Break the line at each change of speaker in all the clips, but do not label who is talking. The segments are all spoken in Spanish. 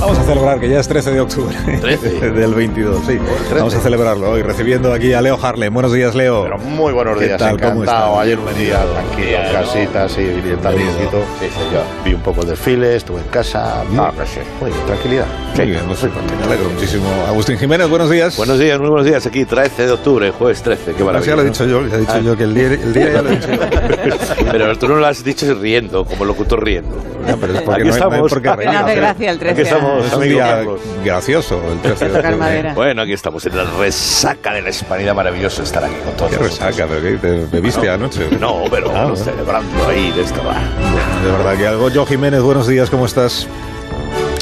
Vamos a celebrar que ya es 13 de octubre
13.
del 22, sí. Vamos a celebrarlo hoy, recibiendo aquí a Leo Harlem. Buenos días, Leo.
Pero muy buenos
¿Qué
días,
tal? ¿Cómo
encantado.
está?
Ayer un día tranquilo, en casita, sí, disfrutar un
Bienvenido.
poquito. Vi un poco el desfile, estuve en casa. Ah, Muy bien, tranquilidad.
Muy bien, pues, me alegro muchísimo. Agustín Jiménez, buenos días.
Buenos días, muy buenos días. Aquí 13 de octubre, jueves 13. Qué
Bueno,
maravilla.
ya lo he
¿no? Ah.
dicho yo, ya he dicho yo que el día, el día ya lo he dicho.
Pero tú no lo has dicho riendo, como locutor riendo.
No, pero es porque
Aquí
no, hay- no
estamos.
hay por qué reír.
No hace
o sea,
gracia el 13.
Aquí estamos,
Es un
amigo
día
Carlos.
gracioso, el 13 de
Tocar
octubre.
madera.
Bueno, aquí estamos en la resaca de la hispanidad. Maravilloso estar aquí con todos.
Qué resaca, pero ¿qué? ¿Te bebiste anoche?
No, pero
Ah, bueno.
celebrando ahí de esto. va.
Pues,
De verdad que algo. Yo, Jiménez, buenos días, ¿cómo estás?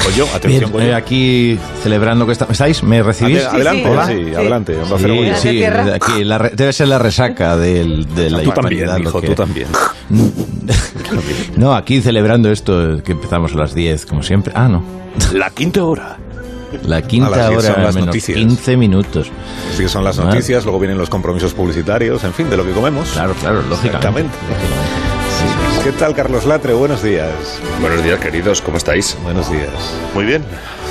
Coyo,
Bien,
atención,
eh,
Goyo.
aquí celebrando que está- estáis, ¿me recibís?
Ade- adelante,
sí. Hola.
sí,
Sí.
adelante. Onda Cero
Sí,
Buenos.
sí,
Tierra.
de aquí, la re- debe ser la resaca del, de la
Tú
hispanidad,
también,
lo
hijo,
que-
tú también.
No, aquí celebrando esto, eh, que empezamos a las 10, como siempre. Ah, no,
La quinta hora.
la quinta
las 10 son
hora,
las
menos
noticias.
15 minutos.
Así que son las
Vale.
noticias, luego vienen los compromisos publicitarios, en fin, de lo que comemos.
Claro, claro, lógicamente.
Exactamente. ¿Qué tal, Carlos Latre? Buenos días.
Buenos días, queridos, ¿cómo estáis?
Buenos días.
Muy bien.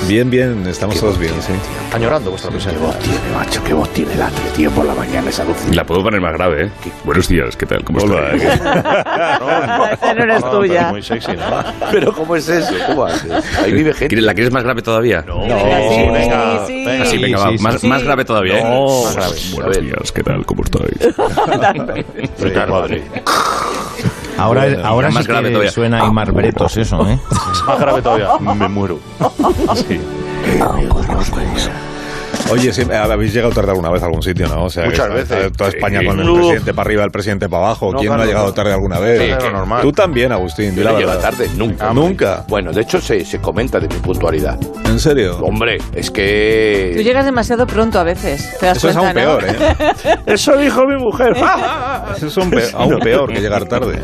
Bien, bien, estamos todos bien, sí.
Están llorando vuestra
Qué
presencia.
voz tiene, macho, qué voz tiene la tío por la mañana esa luz.
La puedo poner más grave, ¿eh? Buenos días, ¿qué tal? ¿Cómo
Hola,
estáis?
Esa no eres
Ah,
Ah,
No,
tuya.
pero Muy sexy, ¿no?
Pero ¿cómo es eso? ¿Cómo haces? Ahí vive gente.
¿La quieres más grave todavía?
sí,
venga,
sí.
venga.
Así, venga,
Sí,
va,
sí, sí.
más,
Sí.
más grave todavía, ¿eh?
No.
Más grave. Buenos
A ver.
días, ¿qué tal? ¿Cómo estáis?
Sí, madre.
Ahora, ahora
más
sí
grave
que
todavía.
suena
Ah,
Aymar Bretos eso, ¿eh?
Más grave todavía. Me muero. Sí.
Oye, sí, eh, habéis llegado tarde alguna vez a algún sitio, ¿no? O sea,
Muchas
que
veces.
está Toda España
Sí.
con el
Uf.
presidente para arriba, el presidente para abajo.
No,
¿Quién no ha
Carlos,
llegado
no.
tarde alguna
Sí,
vez?
es lo normal.
Tú también, Agustín. di
Yo
la
no llego
verdad. Ah,
tarde, nunca.
Nunca.
Bueno, de hecho se, se comenta de mi puntualidad.
¿En serio?
Hombre, es
Tú
que...
llegas demasiado pronto a veces. ¿Te das
Eso es aún
cuenta, no?
peor, ¿eh?
Eso dijo mi mujer.
Eso es un pe- aún peor que llegar tarde.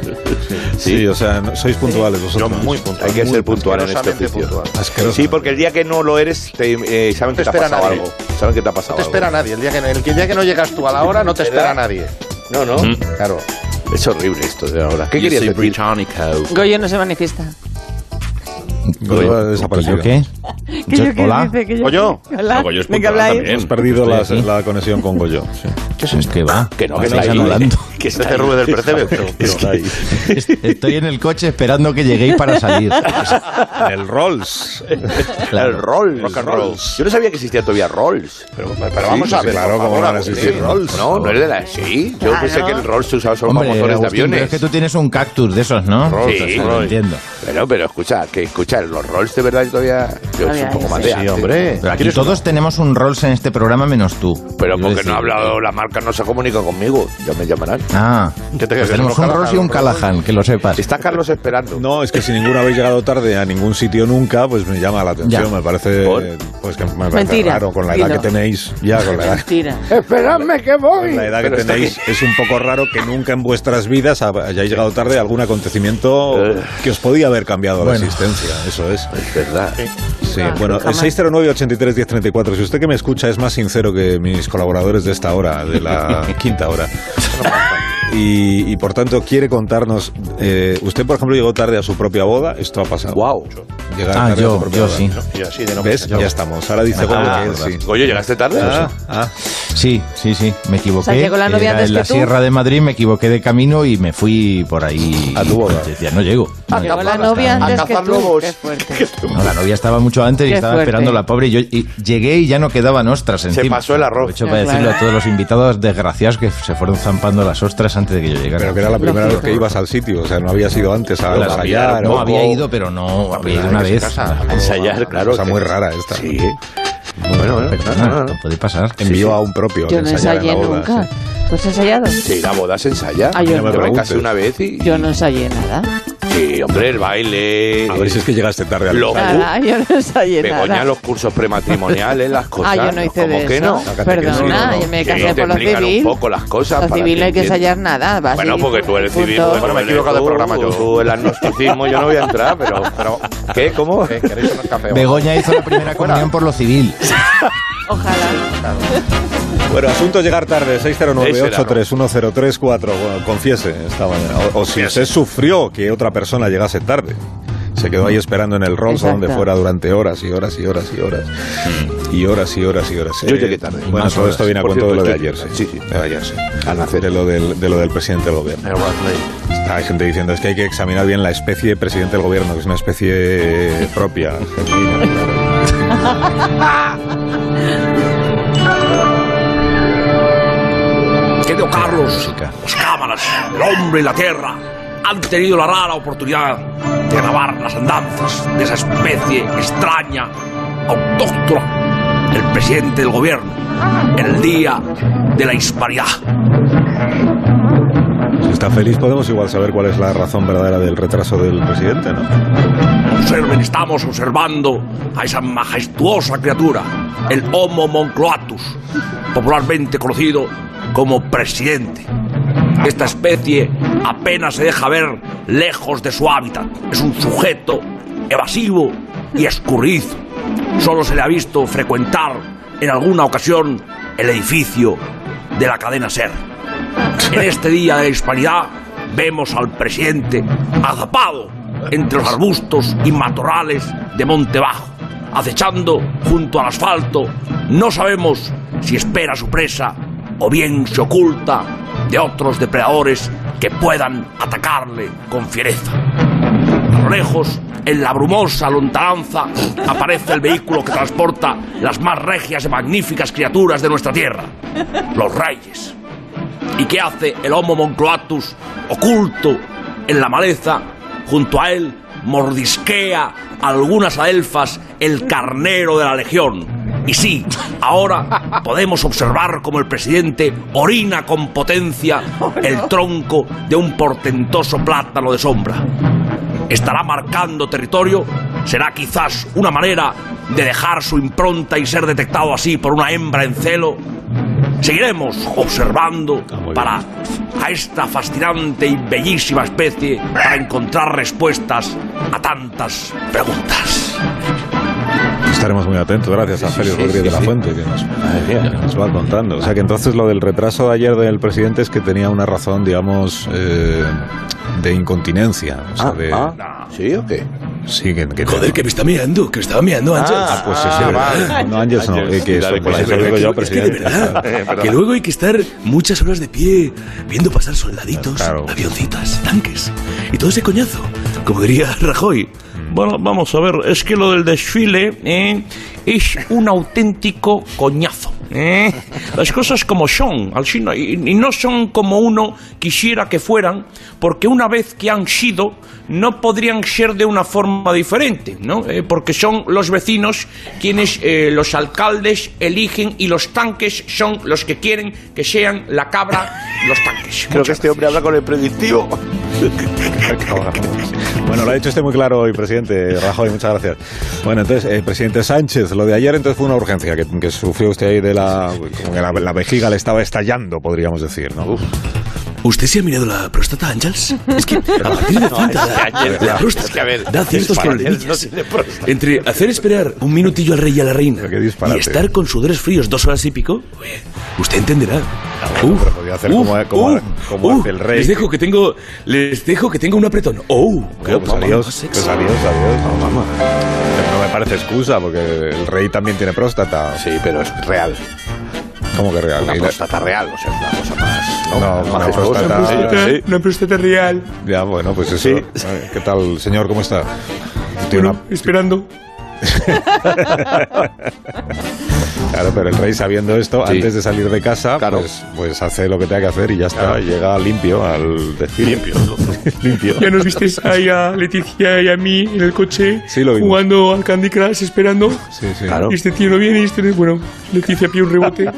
Sí, o sea, no- sois puntuales
Yo
vosotros.
muy puntual.
Hay que
muy
ser puntual en este
asquerosamente
oficio.
puntual.
Asqueroso.
Sí, porque el día que no lo eres, te, eh, saben
No te
que te ha
espera
pasado
nadie.
algo. Saben que te ha pasado
No te espera
algo.
nadie. El día, que, el día que no llegas tú a la hora, no te espera nadie. Mm.
No, no.
Claro.
Es horrible esto de ahora. ¿Qué
Yo
querías
soy
decir?
británico.
Goyo no se manifiesta.
Pero ha desaparecido.
¿Yo qué? Yo- hola.
Goyo.
Hola.
Goyo es
¿De qué
puntual
habláis?
también.
Has perdido
Estoy
la,
aquí.
la conexión con Goyo.
Es que va.
Que no,
Me
que está
estáis
ahí.
anulando.
Que está
Este
ahí.
Rubén del Percebe.
Es que-
Estoy en el coche esperando que lleguéis para salir.
El Rolls.
Claro.
El Rolls.
Rock and Rolls.
Yo no sabía que existía todavía Rolls.
Pero, pero vamos
Sí,
a
sí,
ver.
claro,
por
cómo
favor,
no van a
Agustín.
existir Rolls.
No, no es de la... Sí, yo
Claro.
pensé que el Rolls se usaba solo
Hombre,
para motores
Agustín,
de
pero
aviones.
es que tú tienes un cactus de esos, ¿no?
Rolls,
Sí,
sí,
lo
Rolls.
entiendo.
Pero, pero escucha, que escucha, los Rolls de verdad todavía... Yo soy
Todavía
un poco
hay,
más
sí.
de
Sí,
antes.
hombre.
Pero aquí todos tenemos un Rolls en este programa menos tú.
Pero
Quiero
porque
decir-
no ha hablado la marca, no se comunica conmigo. Ya me llamarán.
Ah,
¿Qué te
pues
crees,
tenemos
que
un
somos
Rolls y un
Callahan,
Callahan, que lo sepas.
Está Carlos esperando.
No, es que si ninguno habéis llegado tarde a ningún sitio nunca, pues me llama la atención.
Ya.
Me parece,
¿Por?
pues que me parece
Mentira.
raro con la edad
Dilo.
que tenéis. Ya, con la edad,
Mentira.
¡Esperadme que
con
voy!
la edad que
Pero está
tenéis, es un poco raro que nunca en vuestras vidas hab- hayáis llegado tarde a algún acontecimiento
Eh.
que os podía haber cambiado la
Bueno.
existencia. Eso es.
aquí. ¿Verdad?
Sí,
Ah,
bueno,
jamás.
609-83-1034. Si usted que me escucha es más sincero que mis colaboradores de esta hora, de la quinta hora. Y, y, por tanto quiere contarnos. eh, usted, por ejemplo, llegó tarde a su propia boda. Esto ha pasado.
Guau.
Llegar
Ah,
tarde a su
yo,
propia
yo
boda.
sí.
Y así de no
¿Ves?
pensar.
Ya estamos. Ahora dice Goyo
Ah,
que él sí.
Goyo, ¿llegaste tarde?
Ah, ah.
Sí, sí, sí, me equivoqué.
O sea, llegó la novia
Era
antes
en la
que tú.
Sierra de Madrid me equivoqué de camino y me fui por ahí.
A tu boda.
Decía, no llego. No,
Llegó la
cazar-
novia
a
antes que
cazar
tú.
lobos.
Qué fuerte.
no, la novia estaba mucho antes y
Qué
estaba
fuerte.
esperando la pobre. Y yo y llegué y ya no quedaban ostras encima.
pasó el arroz.
Aprovecho
Ya,
para
claro.
decirlo a todos los invitados desgraciados que se fueron zampando las ostras antes de que yo llegara.
Pero que era la primera
Lógico.
vez que ibas al sitio. O sea, no había sido antes a
Claro,
ensayar.
no
o-
había ido, pero no había ido una
que se
vez.
casa.
A ensayar, claro.
cosa
que-
muy rara esta.
Sí.
Bueno, bueno,
no, no, no.
puede pasar.
Envió a un propio.
Yo
que
no
ensayara en la
ensayé
boda,
nunca.
sí.
¿Tú has ensayado?
Sí, la boda se ensaya.
Ah, yo no.
me
Preguntes.
casé una vez y...
Yo no ensayé nada.
Sí, hombre, el baile...
A ver si es que llegaste tarde al
Lo-
ensayo.
Nada, yo no ensayé
Begoña,
nada.
los cursos prematrimoniales, las cosas.
Ah, yo no hice
¿Cómo
de
que
eso.
no?
Sácate que sí,
Perdona,
no.
yo me
Que
casé
te
por lo
explican
civil.
un poco las cosas.
Los
para
civil no hay que
entiendas.
ensayar nada. vas
Bueno,
y-
porque tú eres
punto.
civil. pues,
Bueno, me he
eres
equivocado de
tú,
programa yo.
Tú, el agnosticismo, yo no voy a entrar, pero. pero ¿Qué? ¿Cómo?
Eh, ¿Queréis unos cafés?
Begoña hizo la primera comunión por lo civil.
Ojalá.
Bueno, asunto llegar tarde, 609-831-034. Bueno, Confiese esta mañana. O, o si usted sufrió que otra persona llegase tarde. Se quedó ahí esperando en el Rolls o donde
Exacto.
fuera durante horas y horas y horas y horas. Y horas y horas y horas.
Mm.
Eh,
Yo llegué tarde.
Bueno,
Más
todo esto
horas.
viene a
Por
cuento de
cierto,
lo de
estoy-
ayer, sí.
sí, sí.
De ayer, sí.
Al nacer.
De lo del, de lo del presidente del gobierno.
El Barclay.
Hay gente diciendo es que hay que examinar bien la especie de presidente del gobierno, que es una especie eh, propia. argentina, claro.
Querido Carlos, las cámaras, el hombre y la tierra han tenido la rara oportunidad de grabar las andanzas de esa especie extraña, autóctona, del presidente del gobierno, en el día de la hispanidad.
Si está feliz, podemos igual saber cuál es la razón verdadera del retraso del presidente, ¿no?
Observen, estamos observando a esa majestuosa criatura, el Homo Moncloatus, popularmente conocido como presidente. Esta especie apenas se deja ver lejos de su hábitat. Es un sujeto evasivo y escurridizo. Solo se le ha visto frecuentar en alguna ocasión el edificio de la cadena SER. En este día de la hispanidad vemos al presidente azapado entre los arbustos y matorrales de Monte Bajo, acechando junto al asfalto. No sabemos si espera su presa o bien se oculta de otros depredadores que puedan atacarle con fiereza. A lo lejos, en la brumosa lontananza, aparece el vehículo que transporta las más regias y magníficas criaturas de nuestra tierra, los reyes. ¿Y qué hace el Homo Moncloatus oculto en la maleza? Junto a él mordisquea a algunas adelfas el carnero de la legión. Y sí, ahora podemos observar como el presidente orina con potencia el tronco de un portentoso plátano de sombra. ¿Estará marcando territorio? ¿Será quizás una manera de dejar su impronta y ser detectado así por una hembra en celo? Seguiremos observando
Ah,
para a esta fascinante y bellísima especie para encontrar respuestas a tantas preguntas.
Estaremos muy atentos, gracias a Félix Rodríguez de la Fuente que nos, que nos va contando. O sea que entonces lo del retraso de ayer del presidente es que tenía una razón, digamos, eh, de incontinencia. O sea,
Ah,
de-
ah, ¿Sí o qué?
sí, que, que-
que me está mirando, que estaba mirando
Ah, pues sí, sí, ¿verdad? No, Ángels no, eh, que eso, pues eso lo digo yo, presidente.
que luego hay que estar muchas horas de pie viendo pasar soldaditos,
Claro.
avioncitas, tanques y todo ese coñazo, como diría Rajoy.
Mm.
Bueno, vamos a ver, es que lo del desfile eh, es un auténtico coñazo. eh. Las cosas como son, al chino, y, y no son como uno quisiera que fueran, porque una vez que han sido, no podrían ser de una forma diferente, ¿no? Eh, porque son los vecinos quienes eh, los alcaldes eligen y los tanques son los que quieren que sean la cabra los tanques.
Creo que este hombre habla con el predictivo.
Bueno, lo ha dicho este muy claro hoy, presidente Rajoy, muchas gracias. Bueno, entonces, eh, presidente Sánchez, lo de ayer entonces fue una urgencia que, que sufrió usted ahí de la... como que la, la vejiga le estaba estallando, podríamos decir, ¿no?
¿Usted se ha mirado la próstata, Ángels? Es que a partir de cinta, la, la próstata
es que a ver,
da ciertos problemillas. Entre hacer esperar un minutillo al rey y a la reina
Pero qué disparate.
y
¿eh?
estar con sudores fríos dos horas y pico, oye, usted entenderá.
bueno, pero podía hacer como- como- como hace el rey.
Uh, Les dejo que tengo, les dejo que tengo un apretón. ¡Oh! ¡Qué
Bueno, pues
papá
adiós,
más
pues
sexy!
adiós, adiós.
Ah,
Pero no me parece excusa, porque el rey también tiene próstata.
Sí, pero es real.
¿Cómo que real?
Una
Y la-
próstata real, o sea, una cosa más.
No, una
majestuosa.
próstata-
Sí.
No, pero usted es real.
Ya, bueno, pues eso. Eh, ¿Qué tal, señor? ¿Cómo está? Tiene
Bueno,
una-
esperando.
Claro, pero el rey sabiendo esto,
Sí.
antes de salir de casa,
Claro.
pues, pues hace lo que tenga que hacer y ya está.
Claro.
Llega limpio al desfile. Limpio. limpio.
Ya nos visteis ahí a Leticia y a mí en el coche
Sí, lo vimos.
jugando al Candy Crush, esperando.
Sí, sí.
Claro.
Y este tío no viene y este no- Bueno, Leticia pide un rebote.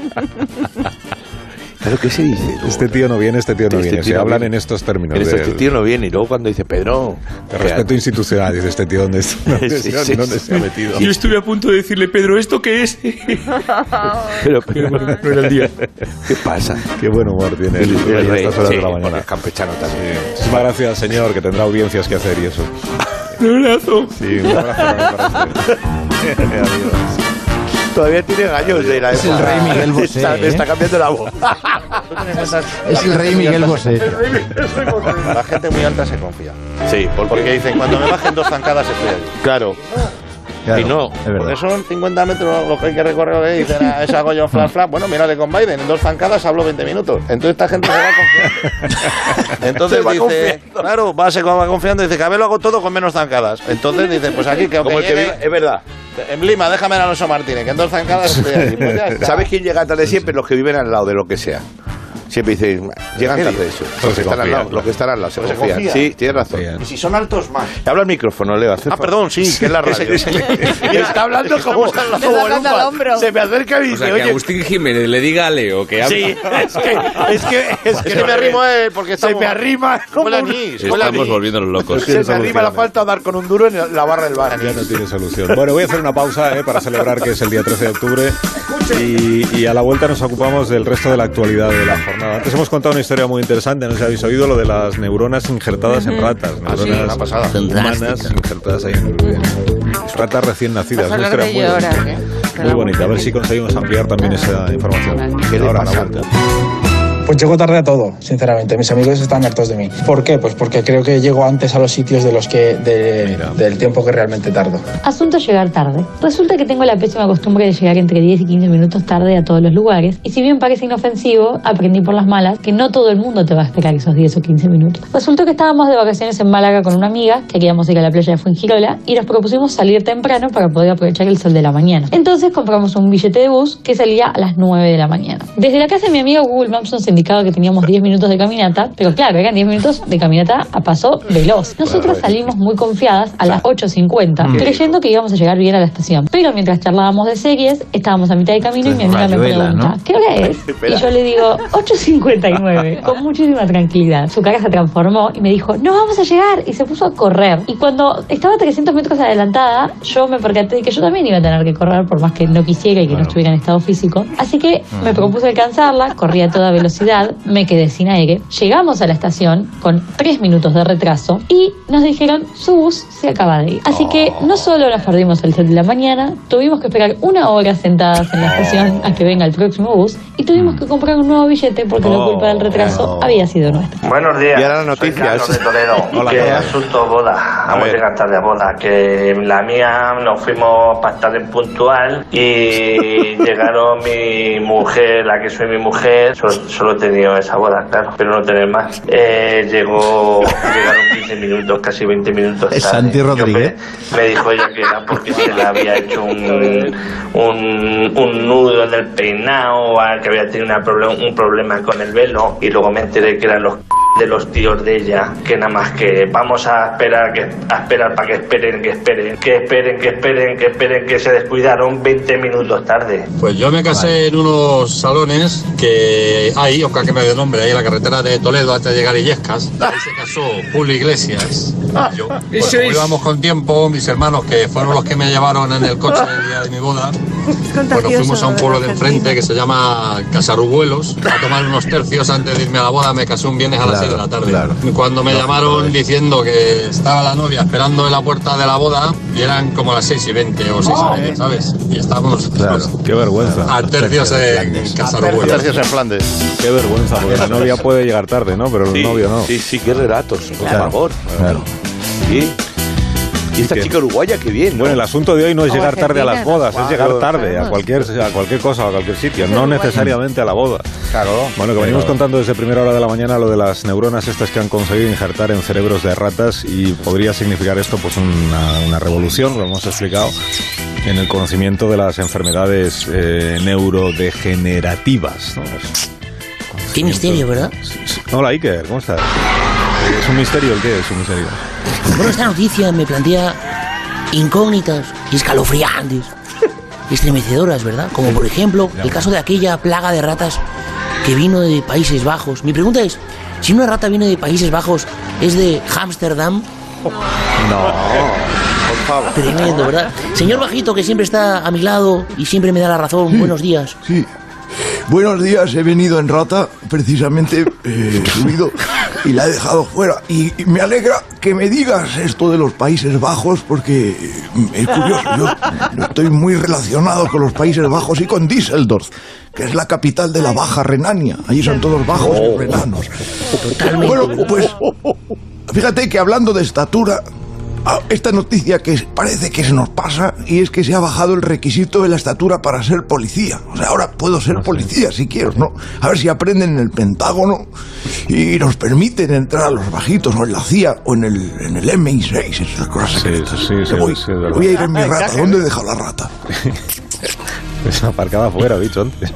Claro, ¿qué se dice?
Este tío no viene, este tío no
Este
viene.
tío
Se
no
hablan
viene.
en estos términos.
Pero
de-
este tío no viene y luego cuando dice Pedro...
de respeto institucional, dice este tío, ¿dónde, dónde
Sí,
se-
sí,
dónde
sí.
se ha metido?
Yo estuve a punto de decirle, Pedro, ¿esto qué es?
Pero, pero,
no era el día.
¿Qué pasa?
Qué buen humor tiene el,
El
rey a
rey,
estas horas
sí,
de la
porque
mañana.
es campechano también.
Muchísimas gracias, señor, que tendrá audiencias que hacer y eso.
Un abrazo.
Sí, un abrazo para- para usted. Adiós.
Todavía tiene gallos de la
Es el
época.
rey Miguel Bosé,
Está,
¿eh?
está cambiando la voz.
Es el rey Miguel Bosé.
La gente muy alta se confía.
Sí,
Porque dicen, cuando me bajen dos zancadas estoy allí.
Claro.
Claro,
y no,
es verdad.
porque son 50 metros los que hay que recorrer. ¿eh? Dicen, ah, eso hago yo flash flash. Bueno, mírate con Biden, en dos zancadas hablo 20 minutos. Entonces esta gente se va confiando. Entonces
Se va
dice, claro, va, se va confiando. Dice, que a ver, lo hago todo con menos zancadas. Entonces dice, pues aquí, que
Como
aunque
el que
llegue-
vive- es verdad.
en Lima, déjame a Alonso Martínez, que en dos zancadas estoy allí. Pues ya está.
¿Sabes quién llega tarde siempre? Los que viven al lado de lo que sea. Siempre dicen, llegan tarde eso. Los que están al lado, los que están al lado, se
Pero se
confían.
confían.
Sí, tienes razón.
Bien.
Y si son altos, más.
Habla el micrófono, Leo. hace
Ah,
favor.
perdón, sí, que es la radio. está hablando como,
Está hablando al hombro.
Se me acerca y dice,
O sea, que
oye,
Agustín Jiménez le diga a Leo que habla.
sí, es que, es que, es que se me arrimo a él porque se me arrima como huele a un- anís, huele a
Estamos
anís.
volviéndonos locos.
Se me arrima la falta de dar con un duro en la barra del bar.
Ya no tiene solución. Bueno, voy a hacer una pausa eh, para celebrar que es el día 13 de octubre y, y a la vuelta nos ocupamos del resto de la actualidad de la jornada. Antes hemos contado una historia muy interesante, no sé si habéis oído, lo de las neuronas injertadas en ratas.
Ah,
Neuronas humanas injertadas ahí en el- Ratas recién nacidas.
Vas a
Una
hablar de
historia
ello ahora, ¿eh? ¿o qué?
muy, muy bonita. A ver si conseguimos ampliar también esa información.
¿Qué le
Ahora a la
pasa?
vuelta.
Pues llego tarde a todo, sinceramente. Mis amigos están hartos de mí. ¿Por qué? Pues porque creo que llego antes a los sitios de los que de-
Mira.
del tiempo que realmente tardo.
Asunto llegar tarde. Resulta que tengo la pésima costumbre de llegar entre 10 y 15 minutos tarde a todos los lugares, y si bien parece inofensivo, aprendí por las malas que no todo el mundo te va a esperar esos 10 o 15 minutos. Resultó que estábamos de vacaciones en Málaga con una amiga, queríamos ir a la playa de Fuengirola, y nos propusimos salir temprano para poder aprovechar el sol de la mañana. Entonces compramos un billete de bus que salía a las 9 de la mañana. Desde la casa de mi amigo Google Maps nos indicaba que teníamos 10 minutos de caminata, pero claro, eran 10 minutos de caminata a paso veloz. Nosotros salimos muy confiadas a las 8.50, creyendo que íbamos a llegar bien a la estación. Pero mientras charlábamos de series, estábamos a mitad de camino y mi amiga me
Rayuela,
pregunta,
¿no?
¿qué hora es? Y yo le digo, 8.59, con muchísima tranquilidad. Su cara se transformó y me dijo, no vamos a llegar, y se puso a correr. Y cuando estaba 300 metros adelantada, yo me percaté de que yo también iba a tener que correr, por más que no quisiera y que no estuviera en estado físico. Así que me propuse alcanzarla, corrí a toda velocidad, me quedé sin aire. Llegamos a la estación con 3 minutos de retraso y nos dijeron, su bus se acaba de ir. Así que no solo nos perdimos el set de la mañana, tuvimos que esperar una hora sentadas en la estación a que venga el próximo bus y tuvimos que comprar un nuevo billete porque la culpa del retraso había sido nuestra.
Buenos días.
Y ahora las soy noticias. Carlos de
Toledo.
Hola, ¿Qué Carlos.
asunto boda?
Vamos a ver. llegar
tarde a boda. Que la mía nos fuimos para estar en puntual y llegaron mi mujer, la que soy mi mujer. Solo, he tenido esa boda, claro, pero no tener más. Eh, llegó, llegaron 15 minutos, casi 20 minutos.
Es tarde. Santi Yo Rodríguez.
Me dijo ella que era porque se le había hecho un, un, un nudo en el peinado, ah, que había tenido una problem- un problema con el velo, y luego me enteré que eran los de los tíos de ella, que nada más que vamos a esperar que a esperar para que esperen, que esperen, que esperen, que esperen, que esperen, que se descuidaron 20 minutos tarde.
Pues yo me casé en unos salones que hay, aunque que me de nombre, ahí en la carretera de Toledo hasta llegar a Illescas. Ahí se casó Julio Iglesias.
Ah.
y Yo, pues, como íbamos con tiempo, mis hermanos que fueron los que me llevaron en el coche el día de mi boda, Bueno, fuimos a un pueblo de enfrente que se llama Casarubuelos a tomar unos tercios antes de irme a la boda. Me casé un viernes a las
Claro,
6 de la tarde.
claro.
Cuando me llamaron diciendo que estaba la novia esperando en la puerta de la boda, y eran como las 6 y 20 o 6 y media, ¿sabes? Y estábamos
Claro.
Qué vergüenza.
a tercios en Casarubuelos.
en Flandes.
Qué vergüenza. Porque la novia puede llegar tarde, ¿no? Pero el novio no.
Sí, sí, qué relatos, por
Claro.
favor.
Claro.
Sí. Y esta
que-
chica uruguaya, qué bien. ¿no?
Bueno, el asunto de hoy no es
O
llegar tarde a las
argentina.
bodas, es llegar tarde a
Vamos.
cualquier, a cualquier cosa, a cualquier sitio, no necesariamente a la boda. Claro. Bueno, que venimos contando desde primera hora de la mañana lo de las neuronas estas que han conseguido injertar en cerebros de ratas y podría significar esto pues una, una revolución, lo hemos explicado, en el conocimiento de las enfermedades eh, neurodegenerativas. ¿no?
Qué misterio, ¿verdad?
Hola Iker, ¿cómo estás? ¿Es un misterio el qué? Es un misterio.
Bueno, esta noticia me plantea incógnitas y escalofriantes, estremecedoras, ¿verdad? Como por ejemplo el caso de aquella plaga de ratas que vino de Países Bajos. Mi pregunta es, si una rata viene de Países Bajos, ¿es de Ámsterdam?
Por favor.
Tremendo, ¿verdad? Señor Bajito, que siempre está a mi lado y siempre me da la razón, buenos días.
Buenos días, he venido en rata, precisamente subido
eh, y la he dejado fuera. Y, y me alegra que me digas esto de los Países Bajos porque eh, es curioso. Yo, yo estoy muy relacionado con los Países Bajos y con Düsseldorf, que es la capital de la Baja Renania. Allí son todos bajos y renanos. Bueno, pues fíjate que hablando de estatura, Ah, Esta noticia que parece que se nos pasa y es que se ha bajado el requisito de la estatura para ser policía. O sea, ahora puedo ser policía si quiero, ¿no? A ver si aprenden en el Pentágono y nos permiten entrar a los bajitos o en la CIA o en el, en el MI6, esas cosas.
Sí, sí, sí,
Que voy,
sí, es verdad.
voy a ir en
Ah,
mi rata. ¿Dónde he
¿eh?
dejado la rata?
Pues aparcada afuera, dicho antes.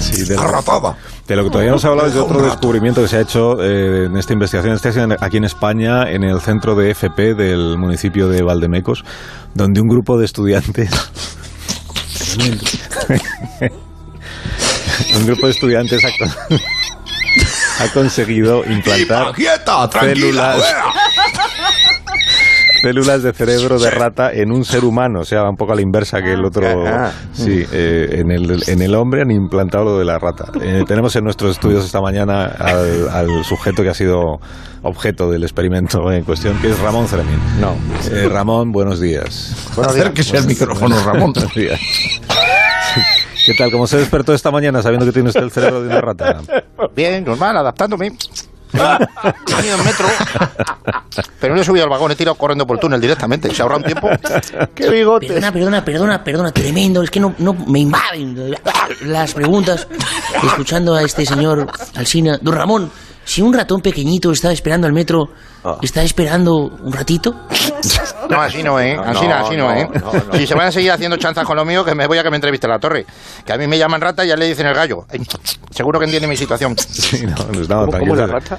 Sí, de,
Arrapada.
de lo que todavía hemos hablado es de otro descubrimiento que se ha hecho eh, en esta investigación. Este ha sido en- aquí en España, en el centro de FP del municipio de Valdemecos, donde un grupo de estudiantes. un grupo de estudiantes ha, con- ha conseguido implantar
quieta, tranquila,
células, células de cerebro de
Sí.
rata en un ser humano, o sea, va un poco a la inversa que el otro.
Ajá.
Sí, eh, en, el, en el hombre han implantado lo de la rata. Eh, tenemos en nuestros estudios esta mañana al, al sujeto que ha sido objeto del experimento en cuestión, que es Ramón Ceremín. No. Ramón, buenos días.
Buenos días. Acérquese al micrófono, Ramón.
Buenos días. ¿Qué tal? ¿Cómo se despertó esta mañana sabiendo que tiene usted el cerebro de una rata?
Bien, normal, adaptándome. He venido en metro, pero no he subido al vagón, he tirado corriendo por el túnel directamente. Se ahorra un tiempo. ¡Qué bigotes!
Perdona, perdona, perdona, perdona, tremendo. Es que no, no me invaden las preguntas escuchando a este señor Alsina. Don Ramón, si un ratón pequeñito está esperando al metro,
Ah.
¿está esperando un ratito?
No, así no, ¿eh? Así no,
No,
así no,
no,
¿eh?
no, no.
Si se van a seguir haciendo chanzas con lo mío, que me voy a que me entreviste la torre. Que a mí me llaman rata y ya le dicen el gallo. Ay, Seguro que entiende mi situación.
Sí, no, pues nada,
¿Cómo- cómo la
tranquilícese.
rata?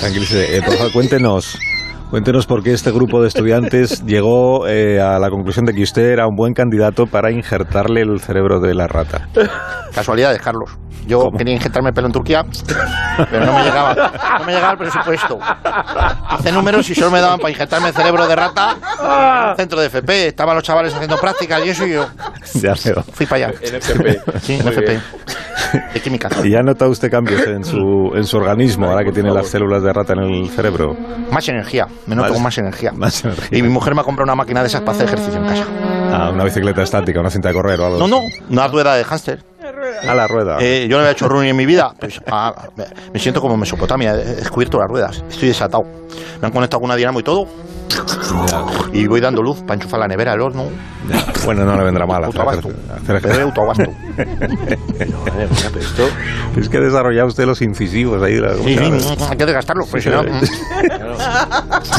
Tranquilícese. Eh, por favor, cuéntenos. Cuéntenos por qué este grupo de estudiantes llegó eh, a la conclusión de que usted era un buen candidato para injertarle el cerebro de la rata.
Casualidades, Carlos. Yo quería injertarme pelo en Turquía, pero no me llegaba. No me llegaba el presupuesto. Hace números y solo me daban para injertarme el cerebro de rata en un centro de FP. Estaban los chavales haciendo prácticas y eso y yo.
Ya veo.
Fui para allá. En
FP.
Sí, en
Muy
FP.
bien.
De química.
¿Y ya ha notado usted cambios en su, en su organismo ahora que tiene las células de rata en el cerebro?
Más energía. Me noto
Más-
con más energía.
Más energía.
Y mi mujer me ha comprado una máquina de esas para hacer ejercicio en casa.
Ah, una bicicleta estática, una cinta de correr o algo.
No, no, una rueda de hámster.
A la rueda.
Eh, yo no había hecho running en mi vida. Pues, ah, me- me siento como en Mesopotamia, he descubierto las ruedas. Estoy desatado. Me han conectado con una dinamo y todo. Y voy dando luz para enchufar la nevera, el horno.
Bueno, no le vendrá mal hacer,
Autoabasto.
hacer
Pero de autoabasto.
Es que ha desarrollado usted los incisivos ahí. de la-
Sí, sí, hay que desgastarlo, porque si no.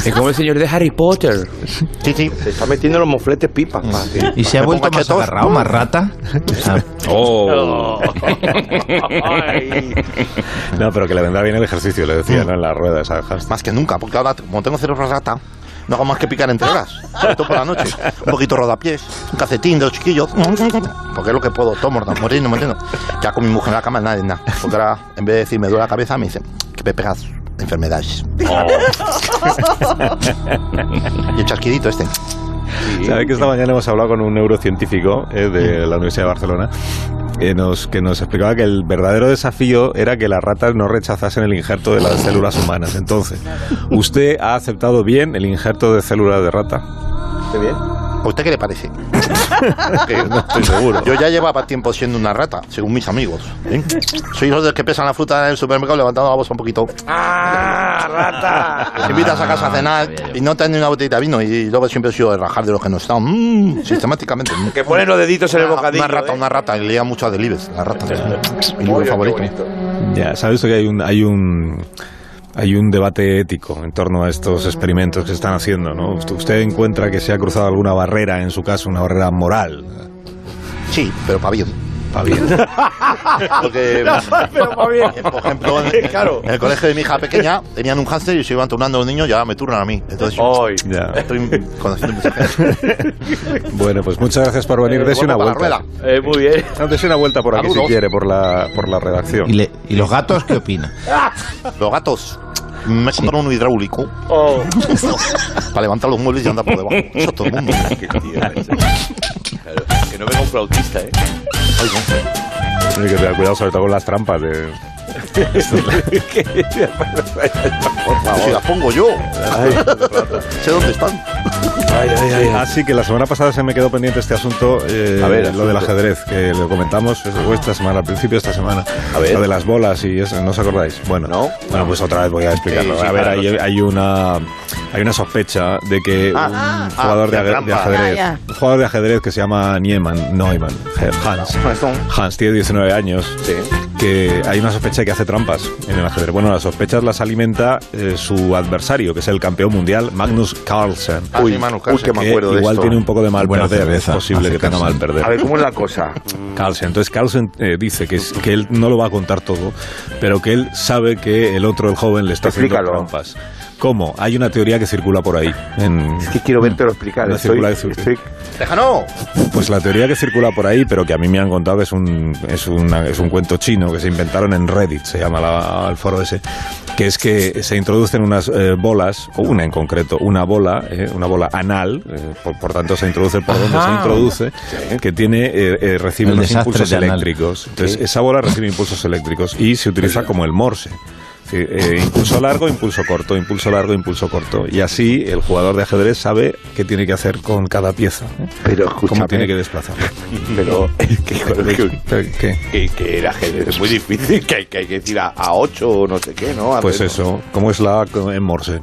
Es como el señor de Harry Potter.
Sí, sí.
Se está metiendo los mofletes pipas.
Mm.
¿Y se ha vuelto más agarrado, más rata?
Oh.
No, pero que le vendrá bien el ejercicio, le decía, ¿no? En las ruedas.
Mm. Más que nunca, porque ahora, como tengo cerebro rata, no hago más que picar entre horas. Sobre todo por la noche. Un poquito rodapiés, un cacetín de los chiquillos. Porque es lo que puedo. Todo mordiendo, mordiendo, mordiendo. Ya con mi mujer en la cama, nada, de nada. Porque ahora, en vez de decir me duele la cabeza, me dice que me pegas enfermedades. y el chasquidito este.
Sabe que esta mañana hemos hablado con un neurocientífico eh, de la Universidad de Barcelona que nos, que nos explicaba que el verdadero desafío era que las ratas no rechazasen el injerto de las células humanas. Entonces, ¿usted ha aceptado bien el injerto de células de rata?
¿Qué bien? ¿A usted qué le parece? Que
No estoy seguro.
Yo ya llevaba tiempo siendo una rata, según mis amigos. ¿eh? Soy los que pesan la fruta en el supermercado levantando la voz un poquito.
¡Ah,
Te invitas a casa a cenar y no te dan ni una botellita de vino y luego siempre he sido de rajar de los que no están. Mm, sistemáticamente. Ah,
Que ponen los deditos en el
Una-
bocadillo,
Una rata, una rata. Y leía mucho a Delibes, la rata. Mi libro
Oye, qué
favorito.
Ya, ¿sabes que hay un, hay un hay un debate ético en torno a estos experimentos que se están haciendo, ¿no? Usted- ¿Usted encuentra que se ha cruzado alguna barrera, en su caso, una barrera moral?
Sí, pero para Ah, bien.
Para bien.
Porque, por ejemplo, en, en el colegio de mi hija pequeña tenían un hámster y se iban turnando los niños y ahora me turnan a mí. Entonces,
Ya.
estoy conociendo mucha gente.
Bueno, pues muchas gracias por venir.
Eh,
Dese una
vuelvo para la
vuelta. muy bien. Dese una vuelta por aquí si
Saludos.
quiere, por la, por la redacción.
¿Y, le- y los gatos qué opinan?
Los gatos. Me compraron un hidráulico
Oh.
para levantar los muebles y andar por debajo. Eso es todo el mundo.
Que no venga un flautista, ¿eh?
Hay que tener cuidado sobre todo con las trampas. De...
Si las pongo yo. sé dónde están.
Así que la semana pasada se me quedó pendiente este asunto, eh,
A ver,
lo
asunto.
del ajedrez, que lo comentamos eh, fue esta semana, al principio de esta semana.
A ver.
Lo de las bolas y eso, ¿no os acordáis? Bueno, bueno pues otra vez voy a explicarlo.
Sí, sí,
a ver,
claro,
hay, hay una, hay una sospecha de que
Ah,
un
ah,
jugador de,
la
ajedre- de
trampa. Ya,
ajedrez,
ya.
un jugador de ajedrez que se llama Nieman, Neumann, eh, Hans, Hans tiene 19 años, que hay una sospecha de que hace trampas en el ajedrez. Bueno, las sospechas las alimenta eh, su adversario, que es el campeón mundial, Magnus Carlsen.
Ah, sí, Magnus Carlsen, que
Igual tiene un poco de mal
Buena
perder, ¿eh? es
cerveza,
posible
hace
que tenga mal
Carlsen.
perder.
A ver, ¿cómo es la cosa?
Carlsen. Entonces Carlsen eh, dice que, es- que él no lo va a contar todo, pero que él sabe que el otro, el joven, le está haciendo
Explícalo.
trampas. ¿Cómo? Hay una teoría que circula por ahí. Es que
quiero verte lo explicar.
Una
Estoy,
circula-
estoy-
¡Déjalo!
Pues la teoría que circula por ahí, pero que a mí me han contado que es un, es una- es un cuento chino que se inventaron en Reddit, se llama la- el foro ese, que es que se introducen unas eh, bolas, o una en concreto, una bola, eh, una bola anal, eh, por, por tanto se introduce por donde se
Ajá.
introduce, que tiene, eh, eh, recibe
El
unos
desastre
impulsos
de anal.
eléctricos. Entonces esa bola recibe impulsos eléctricos y se utiliza como el morse. Sí, eh, impulso largo, impulso corto, impulso largo, impulso corto. Y así el jugador de ajedrez sabe qué tiene que hacer con cada pieza. ¿eh?
Pero
¿Cómo
escúchame.
tiene que desplazar?
Pero que, que-
¿Qué?
que- que el ajedrez es muy difícil, que hay que, hay que decir a, a 8 o no sé qué, ¿no? A
Pues
ver,
eso, ¿cómo es la A en Morse?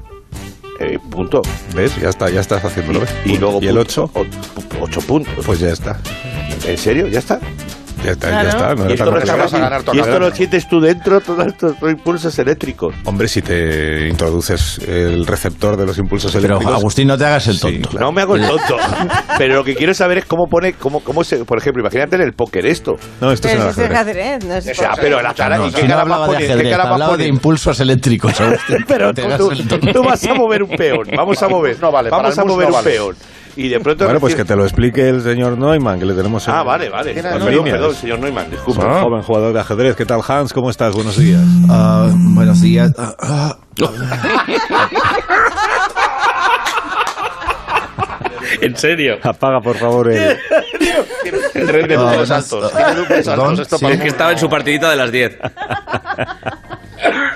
eh, punto.
¿Ves? Ya está, ya estás haciéndolo. ¿ves?
Y, luego
el
punto.
8,
O- ocho puntos.
pues ya está.
¿En serio? ¿Ya está?
Ya está,
Claro.
ya está. No
y
era
esto,
tan
lo
complicado.
sientes- y esto lo sientes tú dentro, todos estos impulsos eléctricos.
Hombre, si te introduces el receptor de los impulsos
Pero
eléctricos...
Agustín, no te hagas el tonto.
No me hago
Eh,
el tonto. Pero lo que quiero saber es cómo pone, cómo, cómo se, por ejemplo, imagínate en el póker esto.
No, esto
Pero si es ajedrez, no es
O sea, ah, pero la cara,
No,
¿y qué
si no
cara
hablaba
más
de
pone? ¿Qué
ajedrez,
cara más
hablaba de
pone?
impulsos eléctricos, Agustín.
Pero
No te
tú,
hagas el
tú-
tonto.
tú vas a mover un peón, vamos a mover,
No vale, para
vamos
el
a
mus
mover
no
un
vale.
peón. Y de pronto
Bueno, pues que
recibe-
te lo explique el señor Neumann, que le tenemos... en-
Ah, vale, vale.
en
Perdón,
líneas.
perdón, señor Neumann,
Es
disculpa.
un joven jugador de ajedrez. ¿Qué tal, Hans? ¿Cómo estás? Buenos días.
Ah, buenos días. Ah, ah,
¿En serio? Apaga, por favor, el...
El rey de
Ah,
los
no,
altos.
ah,
Tiene duples
perdón,
altos, esto
sí.
para-
Es que estaba en su partidita de las 10.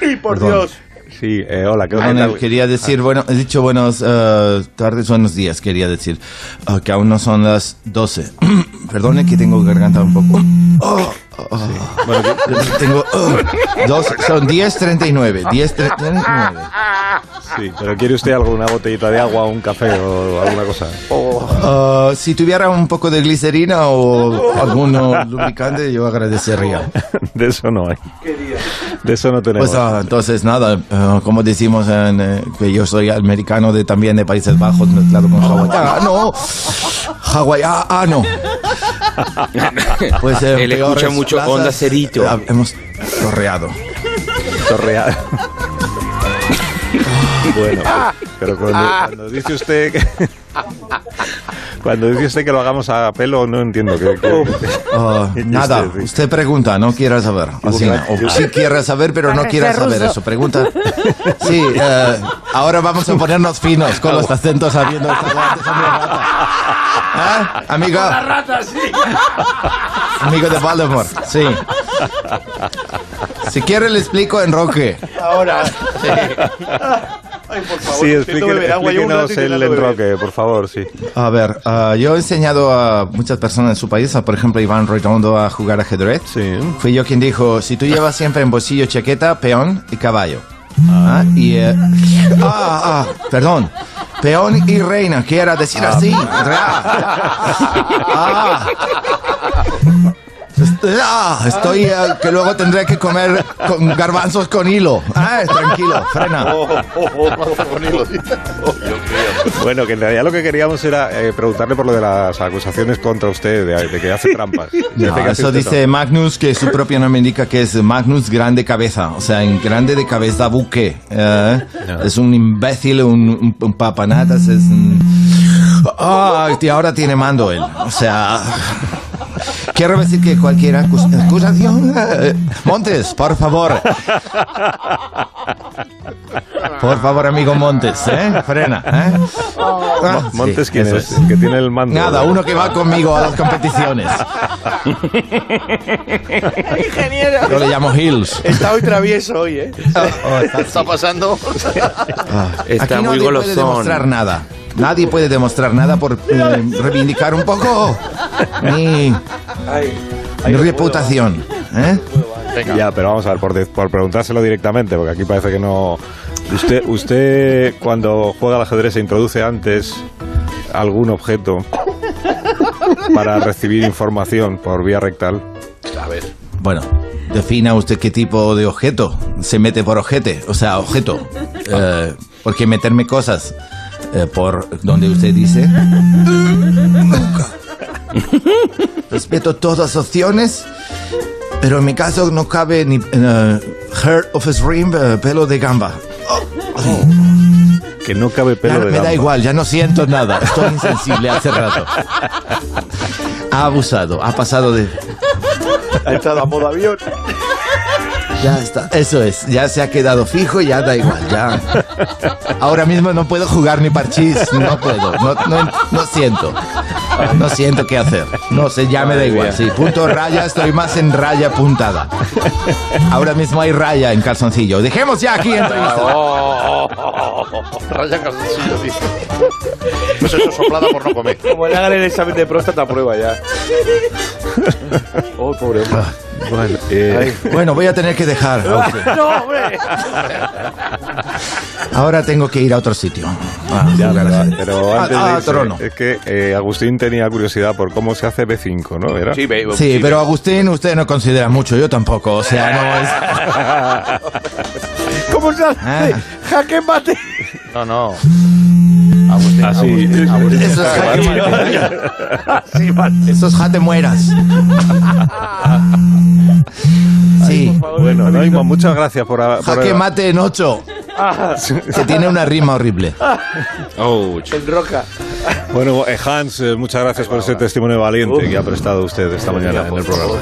Y por
Perdón.
Dios.
Sí, eh, hola, ¿qué
Ángel,
tal?
Ah, quería decir, bueno, he dicho buenas eh, tardes, buenos días, quería decir, ah, que aún no son las 12. Perdone que tengo garganta un poco. Oh, oh,
Bueno,
tengo, oh, dos- son 10.39, 10.39.
Sí, pero ¿quiere usted algo? ¿Una botellita de agua, un café o alguna cosa?
Ah, si tuviera un poco de glicerina o algún lubricante, yo agradecería.
De eso no hay. De eso no tenemos.
Pues ah, entonces nada, ah, como decimos en, eh, que yo soy americano de también de Países Bajos mezclado con
Oh,
Hawái. Ah, no, Hawái, ah, ah, no. Pues eh,
Él escucha
peores
mucho
plazas,
Onda Cerito.
eh, hemos torreado.
Torreal. bueno, pues, pero cuando, cuando dice usted que... Cuando dice usted que lo hagamos a pelo, no entiendo. Que, que-
Ah, nada,
Este,
usted pregunta, no quiera saber. Así, o sí quiere saber, pero no quiere
Parece
saber
ruso.
eso. Pregunta. Sí, eh, ahora vamos a ponernos finos con los acentos habiendo esta ¿Ah, amiga?
rata, sí.
Amigo de Voldemort, sí. Si quiere le explico en Roque.
Ahora. Ay, por favor.
Sí,
intento beber agua, llevo un rato
explíquenos el
intentando beber.
enroque, por favor, sí.
A ver, ah, yo he enseñado a muchas personas en su país, a, por ejemplo Iván Redondo, a jugar ajedrez. Fui yo quien dijo, si tú llevas siempre en bolsillo chaqueta, peón y caballo. Ah, y... eh, ah, ah, perdón. Peón y reina, que era decir así. Ah. Ah, estoy eh, que luego tendré que comer con garbanzos con hilo. Ah, tranquilo, frena.
Bueno, que en realidad lo que queríamos era eh, preguntarle por lo de las acusaciones contra usted, de, de que hace trampas.
No,
Dice que hace
eso
usted
dice Magnus, que su propio nombre indica que es Magnus Grande Cabeza, o sea, en grande de cabeza buque. ¿eh? Es un imbécil, un, un- un papanatas, es un... Ah, y ahora tiene mando él, o sea... Quiero decir que cualquier acus- acusación... eh, Montes, por favor. Por favor, amigo Montes, ¿eh? Frena, ¿eh?
Mo- Montes, ¿quién
eso
es? Que tiene el mando.
Nada, uno que va conmigo a las competiciones.
Ingeniero.
Yo le llamo Hills.
Está hoy travieso hoy, ¿eh? está pasando.
Aquí nadie puede demostrar nada. Nadie puede demostrar nada por eh, reivindicar un poco mi, mi reputación. ¿eh?
Ya, pero vamos a ver, por, de- por preguntárselo directamente, porque aquí parece que no. Usted, usted cuando juega al ajedrez se introduce antes algún objeto para recibir información por vía rectal.
A ver.
Bueno, defina usted qué tipo de objeto se mete por ojete, o sea, objeto. Eh, porque meterme cosas eh, por donde usted dice. Respeto todas las opciones, pero en mi caso no cabe ni eh, hair of a shrimp, eh, pelo de gamba.
Que no cabe pelo
Ya
de
me da
gamba.
igual, ya no siento nada. Estoy insensible hace rato. Ha abusado, ha pasado de.
Ha entrado a modo avión.
Ya está, eso es, ya se ha quedado fijo, ya da igual, ya. Ahora mismo no puedo jugar ni parchís, no puedo, no, no- no siento, no siento qué hacer. No sé, ya me da
Madre
igual,
mía.
sí, punto raya, estoy más en raya puntada. Ahora mismo hay raya en calzoncillo, dejemos ya aquí entrevista.
Raya calzoncillo, dice. Pues eso soplada por no comer.
Como le hagan el examen de próstata, prueba ya. Oh, pobre hombre.
Bueno, eh,
Bueno, voy a tener que dejar, a usted.
No, hombre.
ahora tengo que ir a otro sitio. Ah,
ya,
jugar
pero,
así.
pero
Ah,
antes de
ah,
irse,
trono.
es que eh, Agustín tenía curiosidad por cómo se hace B5, ¿no? ¿Era?
Sí, B-
Sí, pero Agustín usted no considera mucho, yo tampoco, o sea,
Eh.
no es...
¿Cómo se hace?
Ah.
Jaque mate.
No, no.
Así.
Eso es jaque
Así va.
Esos jate mueras. Sí.
Bueno, Noimo, muchas gracias por. por-
Jaque mate en ocho. Que tiene una rima horrible.
Oh,
En roca.
Bueno, eh, Hans, eh, muchas gracias por ese testimonio valiente que ha prestado usted esta mañana en el programa.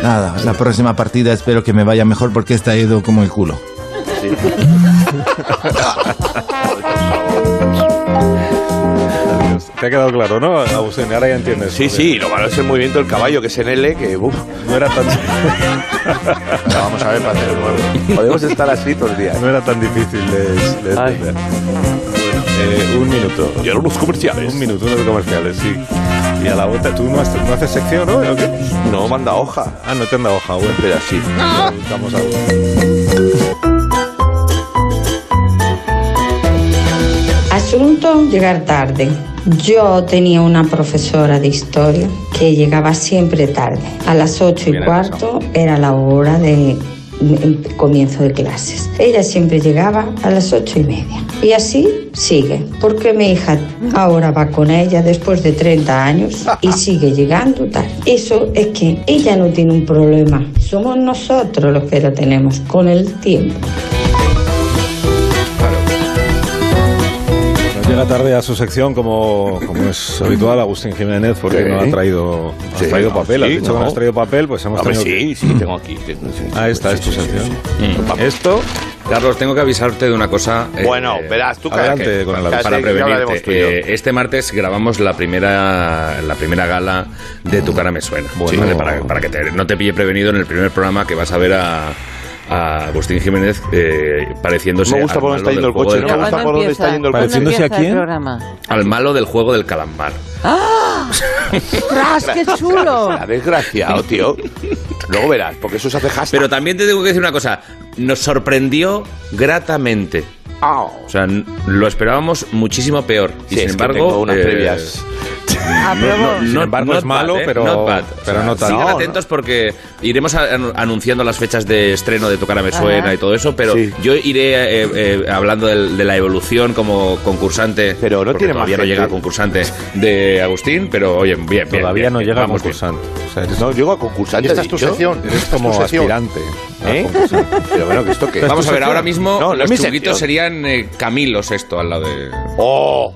Nada, la próxima partida espero que me vaya mejor porque está ido como el culo.
Adiós. Pues, Te ha quedado claro, ¿no, Agustín? Ahora ya entiendes.
Sí, sí, lo malo es el movimiento del caballo, que es en L, que uf,
No era tan,
vamos a ver para hacer el nuevo.
podemos estar así todo el día.
no era tan difícil de, de
Ay.
entender. Eh, un minuto.
Y ahora unos comerciales.
Un minuto, unos comerciales, sí. Y a la vuelta, ¿tú no, has- no haces sección, no? ¿O qué?
No manda hoja.
Ah, no te han dado hoja, bueno.
Pero así.
Vamos a
Asunto, llegar tarde. Yo tenía una profesora de historia que llegaba siempre tarde. A las ocho y
Bien,
cuarto era la hora de em, comienzo de clases. Ella siempre llegaba a las ocho y media. Y así sigue, porque mi hija ahora va con ella después de 30 años y sigue llegando tarde. Eso es que ella no tiene un problema, somos nosotros los que lo tenemos con el tiempo.
Nos llega tarde a su sección, como, como es habitual, Agustín Jiménez,
Sí.
porque no ha traído, no
Sí,
has traído
no,
papel. Has
sí,
dicho
no.
que no has traído papel, pues hemos
Hombre,
tenido...
sí, sí, tengo aquí. tengo- sí, sí,
Ah, esta
sí,
es tu
sí, sí,
sección.
sí,
Esto,
Mm. Carlos, tengo que avisarte de una cosa. eh,
Bueno, verás, tú
adelante
cállate.
con el
Cállate,
para
que ya hablaremos tú y yo.
prevenirte. Eh, este martes grabamos la primera la primera gala de Tu cara me suena.
Bueno.
¿vale? Para, para que te- no te pille prevenido en el primer programa que vas a ver a, a Agustín Jiménez eh, pareciéndose
Me gusta por dónde
al malo del
está yendo el
juego
coche,
del
¿no? Me
calamar.
gusta por dónde está yendo el
¿Cuándo
coche.
¿Pareciéndose a
empieza el
quién?
programa?
al malo del juego del calamar.
¡Tras, qué chulo!
La desgraciado, tío. Luego verás, porque eso se hace hashtag.
Pero también te tengo que decir una cosa. Nos sorprendió gratamente.
Ah,
O sea, n- lo esperábamos muchísimo peor. Y
sí,
sin
es que
embargo,
tengo unas
eh,
previas.
Aprobó.
Ah, Sin embargo, es malo, pero- pero no tanto.
Sigan
No, no.
atentos porque iremos a- anu- anunciando las fechas de estreno de Tu cara me suena
Ajá.
y todo eso, pero
Sí.
yo iré eh, eh, hablando del- de, la evolución como concursante.
Pero no
porque
tiene más
todavía no
gente.
llega concursante de Agustín, pero oye, bien, bien,
todavía
bien,
no
bien,
llega
vamos bien.
concursante. O sea, eres,
No, llego a
Y
concursante.
esta
¿has
es tu
dicho?
sección.
eres
Esta es tu
como
sección.
aspirante. a
¿Eh?
concursante.
Pero bueno, ¿que esto qué?
Vamos a ver, ahora mismo
No, no es
los
mi
chunguitos serían
sección.
eh, Camilos esto al lado de...
¡Oh!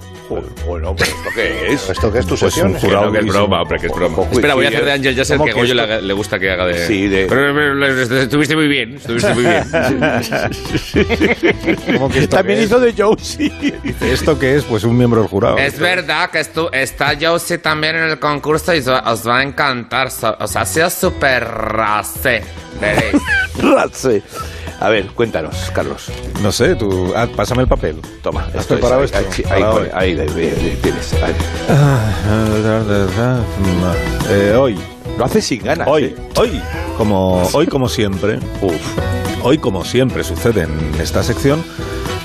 Bueno, hombre, ¿esto qué es? ¿Esto qué es tu
Pues
sesión?
un jurado que es broma, hombre, que es broma. Espera, voy a hacer de Ángel Yasser, que a Goyo le, haga- le gusta que haga de...
Sí, de-
Pero, pero, pero, estuviste muy bien, estuviste muy bien.
También hizo
de Josie.
¿Esto qué es? Pues un miembro del jurado.
Es verdad que estu- está Josie también en el concurso y so- os va a encantar. so- o sea, ha sido súper rasé. Veréis.
Ratze. A ver, cuéntanos, Carlos.
No sé, tú. ah, pásame el papel.
Toma,
¿Has
esto es-
preparado
ahí-
esto?
ahí- Ahí,
Para
pone-
hoy.
ahí, de- de- de- tienes. ahí.
Eh, hoy.
Lo haces sin ganas.
Hoy,
¿eh?
hoy, como, hoy como siempre, hoy como siempre sucede en esta sección,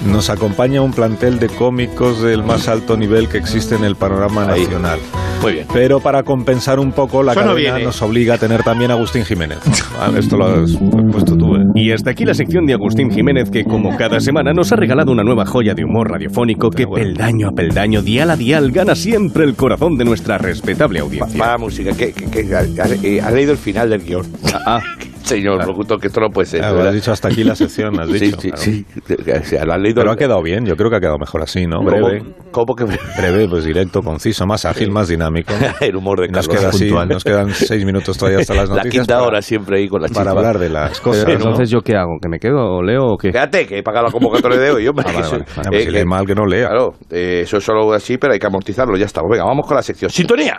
nos acompaña un plantel de cómicos del más alto nivel que existe en el panorama nacional.
Muy bien.
Pero para compensar un poco, la
Eso no
cadena
viene.
nos obliga a tener también a Agustín Jiménez. Ah, Esto lo has puesto tú, ¿eh?
Y hasta aquí la sección de Agustín Jiménez, que como cada semana nos ha regalado una nueva joya de humor radiofónico que peldaño a peldaño, dial a dial, gana siempre el corazón de nuestra respetable audiencia.
Para la música, que, que- que- ha, ha- ha leído el final del guión. Ah, señor locutor, que esto no puede ser.
Ah,
¿verdad?
has dicho hasta aquí la sección, has
Sí,
dicho.
sí,
claro.
sí. O sea, lo has leído.
Pero ha quedado bien, yo creo que ha quedado mejor así, ¿no?
¿Cómo-
Breve.
¿Cómo que
Breve, pues directo, conciso, más ágil, más dinámico.
el humor de
Nos
Carlos?
queda así,
Puntual.
nos quedan seis minutos todavía hasta las
La
noticias.
quinta
para-
hora siempre ahí con la
para
chispa.
hablar de las cosas.
Pero
¿no?
entonces,
¿yo qué hago? ¿Que me quedo o leo o qué?
Fíjate que he pagado la convocatoria de hoy, hombre.
Ah, vale,
Eso-
vale. Ah, pues si
que-
lee mal, que no lea.
Claro, eh, eso es solo así, pero hay que amortizarlo. Ya estamos. Venga, vamos con la sección. ¡Sintonía!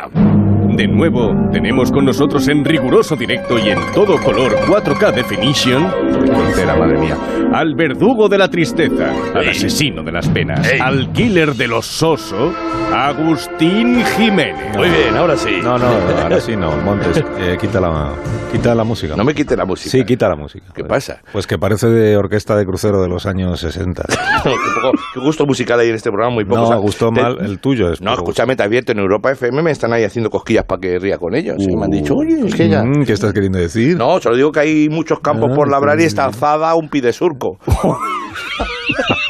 De nuevo, tenemos con nosotros en riguroso directo y en todo color 4K Definition. Qué tontera, madre mía. Al verdugo de la tristeza, al asesino de las penas,
Ey.
al killer del ososo, Agustín Jiménez.
Muy bien, ahora sí.
No, no, ahora sí no, Montes, eh, quita, la, quita la música.
No me quite la música.
Sí, quita la música.
¿Qué pasa?
Pues que parece de orquesta de crucero de los años 60.
qué, poco- qué gusto musical hay en este programa, muy poco.
No,
O sea,
gustó
te-
mal el tuyo. Es
No, escúchame, te advierto, en Europa FM me están ahí haciendo cosquillas para que ría con ellos. Y me han dicho, oye, es que ya...
Mm, ¿Qué estás queriendo decir? Ah,
No, solo digo que hay muchos campos por labrar y está alzada un pidesurco.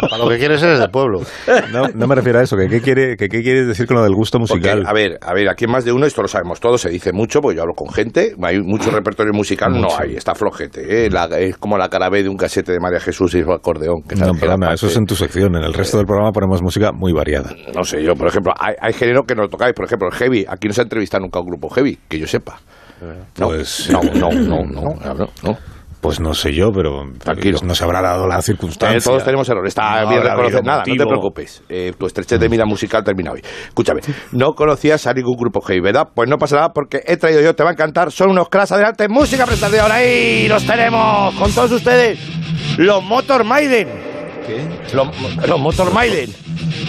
Para lo que quieres eres del pueblo.
No, no me refiero a eso. que ¿Qué, quiere, que ¿Qué quieres decir con lo del gusto
Porque,
musical?
a ver, a ver, aquí en más de uno, esto lo sabemos todos, se dice mucho, porque yo hablo con gente, hay mucho repertorio musical, no
Mucho.
hay, está flojete, ¿eh? La- es como la cara B de un casete de María Jesús y su acordeón. Que
No,
sabes que la
perdona, eso es
parte-
en tu sección. En el resto del programa ponemos música muy variada.
No sé, yo, por ejemplo, hay, hay género que no tocáis, por ejemplo, el heavy, aquí no se ha entrevistado nunca a un grupo heavy, que yo sepa. No,
Pues-
no, no, no, no, no, no.
Pues no sé yo, pero pues no se habrá dado la circunstancia.
Eh, todos tenemos errores, está
No
bien
habrá
reconocer
habido
nada, no te
motivo.
preocupes. Eh, tu estrechez de mira musical termina hoy. Escúchame, no conocías a ningún grupo heavy, ¿verdad? Pues no pasa nada porque he traído yo, te va a encantar, son unos crash adelante, música prestada de ahora ahí, los tenemos con todos ustedes, los Motor Maiden. ¿Qué? Los, los Motor Maiden.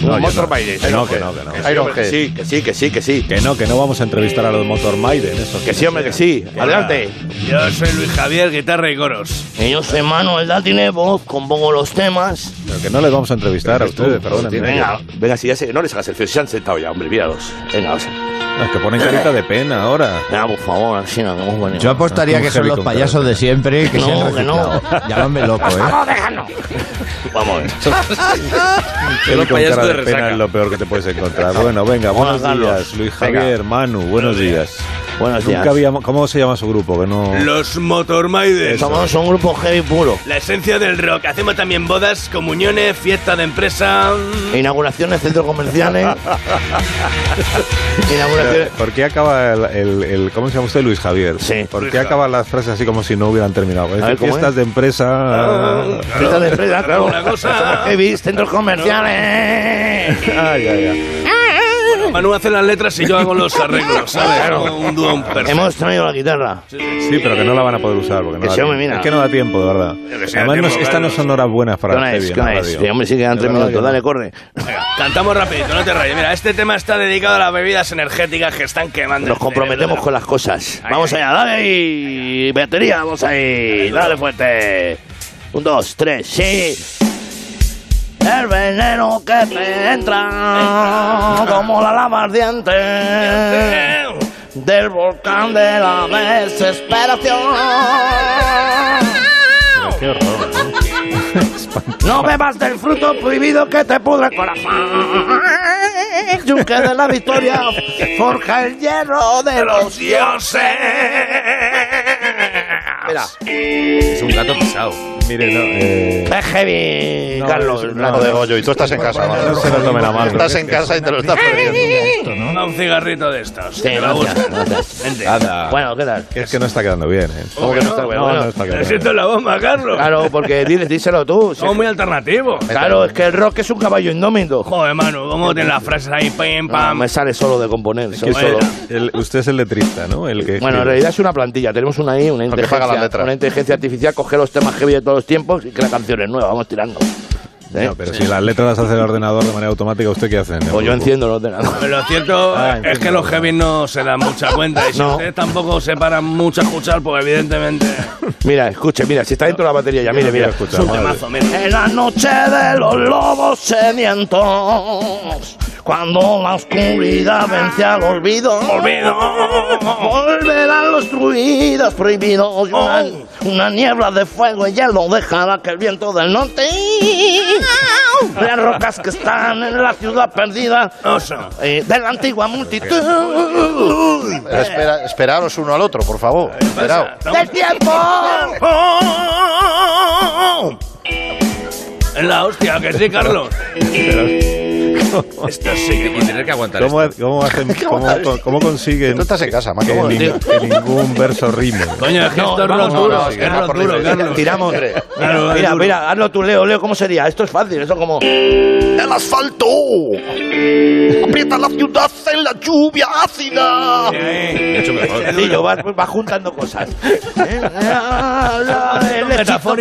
No,
Los
yo
Motor
no.
Maiden.
Que no, que no, que no.
Sí, hombre, que sí, que sí, que sí, que sí.
Que no, que no vamos a entrevistar a los Motor Maiden. Eso,
Que sí, hombre, que sí. Adelante.
Yo soy Luis Javier, guitarra y coros.
Y yo soy Manuel Datine, voz, compongo los temas. Pero que no les vamos a entrevistar a ustedes, perdónenme.
Venga, venga, si ya se, no les hagas el feo, si se han sentado ya, hombre, míralos. Venga, vamos.
No, Ah, es que ponen carita de pena ahora.
Ya, por favor, así no, hemos venido.
Yo apostaría que son los payasos de siempre que se han
No, que no.
reciclado. Llámame loco, ¿eh?
Vamos a ver.
Él
los
con
payasos
cara
de
de pena
resaca.
es lo peor que te puedes encontrar. Bueno, venga, buenos
Hola, Carlos.
días, Luis
Venga.
Javier, Manu, buenos días.
Buenos
Nunca
días.
habíamos- ¿Cómo se llama su grupo? Que no...
Los Motor Maiden.
Somos
un grupo heavy puro.
La esencia del rock. Hacemos también bodas, comuniones, fiesta de empresa.
Inauguraciones, centros comerciales.
Pero, ¿Por qué acaba el, el- el- ¿Cómo se llama usted, Luis Javier? Sí. ¿Por qué acaban las frases así como si no hubieran terminado? Es
ver,
decir,
¿cómo
fiestas
es?
de empresa.
Fiestas de empresa, claro.
Una cosa.
Heavy, centros comerciales.
Bueno, Manu hace las letras y yo hago los arreglos, ¿sabes? Como Un dúo perfecto.
Hemos traído la guitarra.
Sí, pero que no la van a poder usar. Porque no
Que
da
se me
tiempo.
mira.
Es que no da tiempo, de verdad.
que sea
Además, no-
tiempo,
estas no
Carlos.
son horas buenas para
¿Qué hora
la
es?
tele,
¿Qué
en
hora
la
es?
radio.
Que hombre, sí quedan
De
tres
verdad
minutos.
que no.
Dale, corre.
Cantamos rápido, no te rayes. Mira, este tema está dedicado a las bebidas energéticas que están quemando.
Nos comprometemos con las cosas. Vamos allá, dale ahí. Batería, vamos ahí. Dale fuerte. Un, dos, tres, sí. El veneno que te entra como la lava ardiente del volcán de la desesperación. No bebas del fruto prohibido que te pudre el corazón. El yunque de la victoria forja el hierro de los dioses.
Es un gato pisado.
Mire, no. eh,
Es heavy,
No,
Carlos.
no, no.
de Goyo, y tú estás en casa. ¿no?
No se nos tome la mano.
Estás en casa y te lo estás perdiendo.
Una- Un cigarrito de estos.
Sí, gracias, gracias.
Vente.
Anda.
Bueno, ¿qué tal?
Es que no está quedando bien, ¿eh?
¿Cómo que no está bueno?
No, no está quedando bien.
Necesito la bomba, Carlos.
Claro, porque dile- díselo tú.
Somos muy alternativos.
Claro, es que el rock es un caballo indómito.
Joder, Manu, ¿cómo te las frases ahí? Pim,
Ah,
pam.
me sale solo de componer.
Que
solo-
solo-
solo.
el- usted es el letrista, ¿no? El que
Bueno, en realidad es una plantilla. Tenemos una ahí, una
paga las
inteligencia,
letras.
una inteligencia artificial, coge los temas heavy de todos los tiempos y que la canción es nueva. Vamos tirando.
escribe. No, pero si las letras las hace el ordenador de manera automática, ¿usted qué hace?
O yo enciendo el ordenador.
Pero lo cierto
Ah,
es
entiendo.
que los heavy no se dan mucha cuenta. Y si ustedes tampoco se paran mucho a escuchar, pues evidentemente.
Mira, escuche, mira, si está dentro de la batería ya, mire, mira.
Es un temazo, mira.
En la noche de los lobos sedientos, cuando la oscuridad vence al olvido, volverán los druidas
Oh.
prohibidos. y Una, una niebla de fuego y hielo dejará que el viento del norte, las rocas que están en la ciudad perdida,
Oh.
eh, de la antigua multitud,
espera, esperaros uno al otro, por favor. Esperaos.
del tiempo.
En Oh. la hostia, que sí, Carlos. Esto sí que-
Y tener que aguantar
¿Cómo, cómo hacen- cómo- cómo consiguen
Tú estás en casa, Mac,
que,
¿cómo
ni-
decir?
que ningún verso rime?
Coño, es que
No,
esto es
vamos,
rock duro,
no, no,
es
que no,
rock
por
duro,
decir,
Carlos.
Tiramos.
Claro, es
mira,
duro.
mira, hazlo tú, Leo, Leo, ¿cómo sería? Esto es fácil, eso como.
¡El asfalto! ¡Aprieta la ciudad en la lluvia ácida!
Sencillo, vas, vas juntando cosas.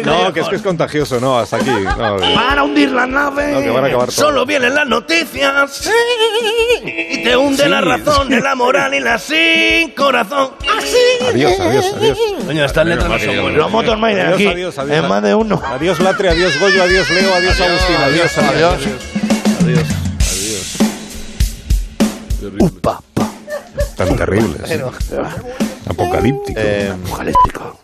No, que es que es contagioso, no, hasta aquí. no, que-
Ah,
Para hundir la nave,
No, que van a acabar todo.
solo vienen las noticias. Y te hunde
Sí.
la razón, de la moral y la sin corazón.
Adiós, adiós, adiós.
Coño, estas letras no son buenas.
Los Motormaiden
Adiós,
aquí.
adiós, adiós.
en más de uno.
Adiós, Latre, adiós, Goyo, adiós, Leo, adiós, Agustín, adiós, adiós. Adiós, adiós. Tan terribles. Apocalíptico.
Eh,
Apocalíptico.